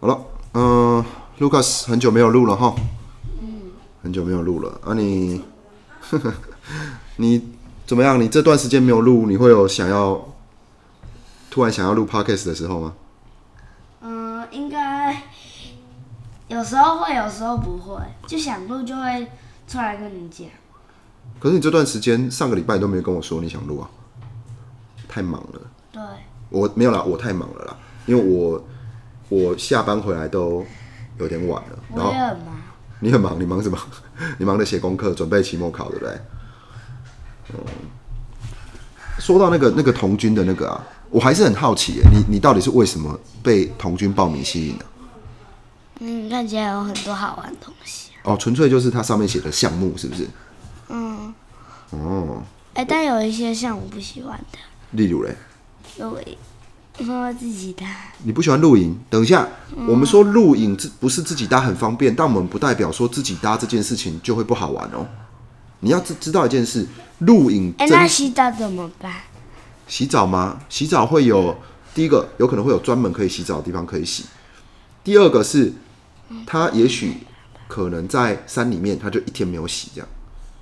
好了，嗯、卢 l u c a s 很久没有录了哈，嗯很久没有录了啊你， 你怎么样？你这段时间没有录，你会有想要突然想要录 podcast 的时候吗？嗯，应该有时候会，有时候不会，就想录就会出来跟你讲。可是你这段时间上个礼拜你都没有跟我说你想录啊，太忙了。对，我没有啦，我太忙了啦，因为我我下班回来都有点晚了，然我后也很忙。 你很忙，你忙什么？你忙着写功课，准备期末考，对不对？嗯，说到那个那个童军的那个啊，我还是很好奇耶，你你到底是为什么被童军报名吸引的、嗯，看起来有很多好玩的东西。啊哦，纯粹就是它上面写的项目，是不是？嗯，哦，哎、但有一些像我不喜欢的，例如嘞，有说我自己的。你不喜欢露营？等一下，我们说露营自不是自己搭很方便，但我们不代表说自己搭这件事情就会不好玩哦。你要知知道一件事，露营哎、真那洗澡怎么办？洗澡吗？洗澡会有第一个有可能会有专门可以洗澡的地方可以洗，第二个是他也许可能在山里面他就一天没有洗这样。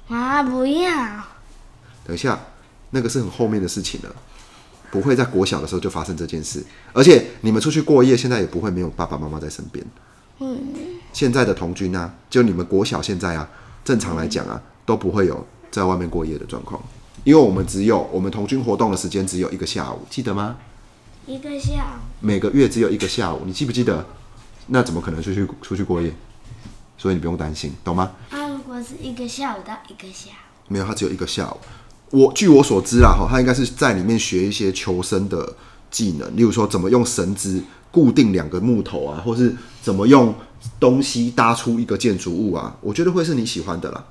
啊，不要。等一下，那个是很后面的事情了，不会在国小的时候就发生这件事。而且你们出去过夜，现在也不会没有爸爸妈妈在身边。嗯，现在的童军啊，就你们国小现在啊，正常来讲啊，都不会有在外面过夜的状况，因为我们只有我们童军活动的时间只有一个下午，记得吗？一个下午，每个月只有一个下午，你记不记得？那怎么可能出去出去过夜？所以你不用担心，懂吗？啊，如果是一个下午到一个下午，没有，他只有一个下午。我据我所知啦，哈，他应该是在里面学一些求生的技能，例如说怎么用绳子固定两个木头啊，或是怎么用东西搭出一个建筑物啊。我觉得会是你喜欢的啦。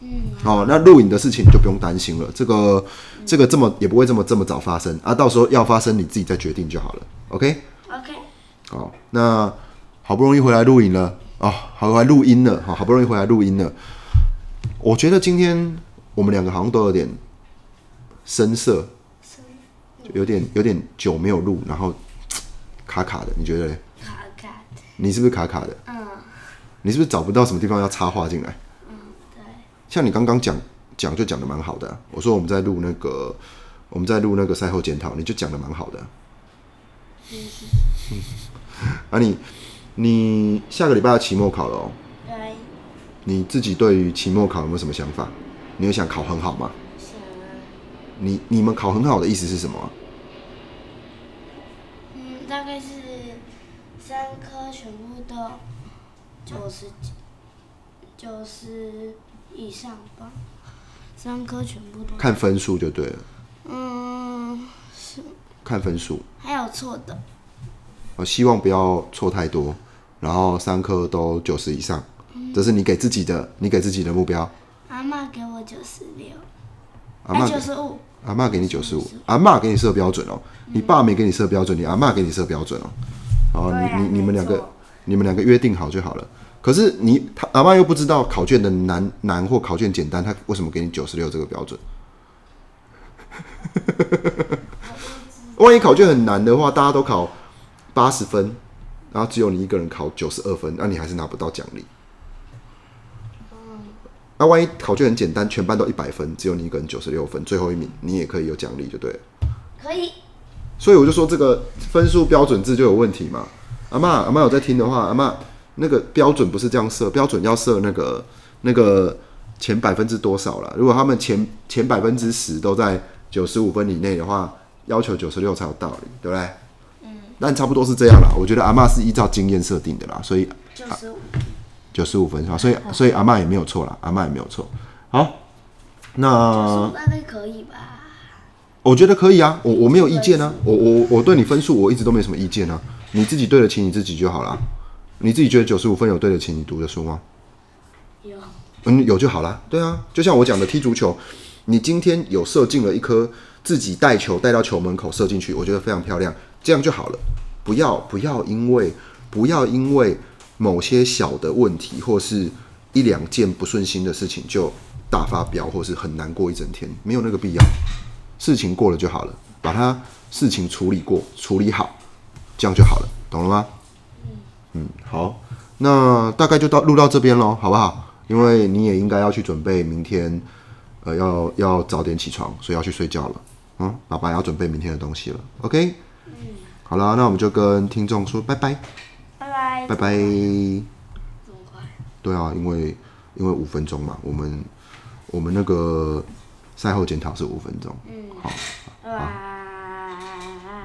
嗯，哦，那录影的事情你就不用担心了，这个这个这么也不会这么这么早发生啊，到时候要发生你自己再决定就好了，OK？ OK，好，哦那好不容易回来录影了啊、好回来录音了，好，好不容易回来录音了。我觉得今天我们两个好像都有点生涩，有点有点久没有录，然后卡卡的，你觉得嘞？好看。你是不是卡卡的？嗯，你是不是找不到什么地方要插话进来？对，像你刚刚讲讲就讲的蛮好的啊、我说我们在录那个我们在录那个赛后检讨，你就讲的蛮好的啊。嗯，啊你你下个礼拜要期末考了哦，对，你自己对于期末考有没有什么想法？你有想考很好吗？想你你们考很好的意思是什么啊、嗯，大概是三科全部都九十几九十以上吧，三科全部都。看分数就对了，嗯，是看分数。还有错的，我希望不要错太多，然后三科都九十以上，这是你给自己的你给自己的目标。啊阿妈给我九十六，阿哎嬷九十五，阿嬷给你九十五，阿嬷给你设标准哦，嗯你爸没给你设标准，你阿嬷给你设标准哦。好，对啊你你你们没两错个，你们两个约定好就好了。可是你他阿嬷又不知道考卷的难难或考卷简单，他为什么给你九十六这个标准？ 万一考卷很难的话，大家都考八十分，然后只有你一个人考九十二分，那、你还是拿不到奖励。那、万一考卷很简单，全班都一百分，只有你一个人九十六分，最后一名你也可以有奖励，就对了。可以。所以我就说这个分数标准制就有问题嘛。阿嬷阿嬷有在听的话，阿嬷那个标准不是这样设，标准要设那个那个前百分之多少啦。如果他们前前百分之十都在九十五分以内的话，要求九十六才有道理，对不对？嗯。但差不多是这样啦。我觉得阿嬷是依照经验设定的啦，所以九十五，九十五分是吧？所以所以阿嬷也没有错啦，阿嬷也没有错。好，那大概可以吧？我觉得可以啊，我我没有意见啊，我我我对你分数我一直都没什么意见啊，你自己对得起你自己就好啦。你自己觉得九十五分有对得起你读的书吗？有，嗯，有就好啦。对啊，就像我讲的踢足球，你今天有射进了一颗，自己带球带到球门口射进去，我觉得非常漂亮，这样就好了。不要不要因为不要因为某些小的问题或是一两件不顺心的事情就大发飙，或是很难过一整天，没有那个必要。事情过了就好了，把它事情处理过，处理好，这样就好了，懂了吗？嗯，好，那大概就到录到这边喽，好不好？因为你也应该要去准备明天，呃，要要早点起床，所以要去睡觉了。嗯，爸爸也要准备明天的东西了。OK，好啦，那我们就跟听众说拜拜，拜拜。拜拜。这么快？对啊，因为因为五分钟嘛，我们我们那个赛后检讨是五分钟。嗯，拜拜。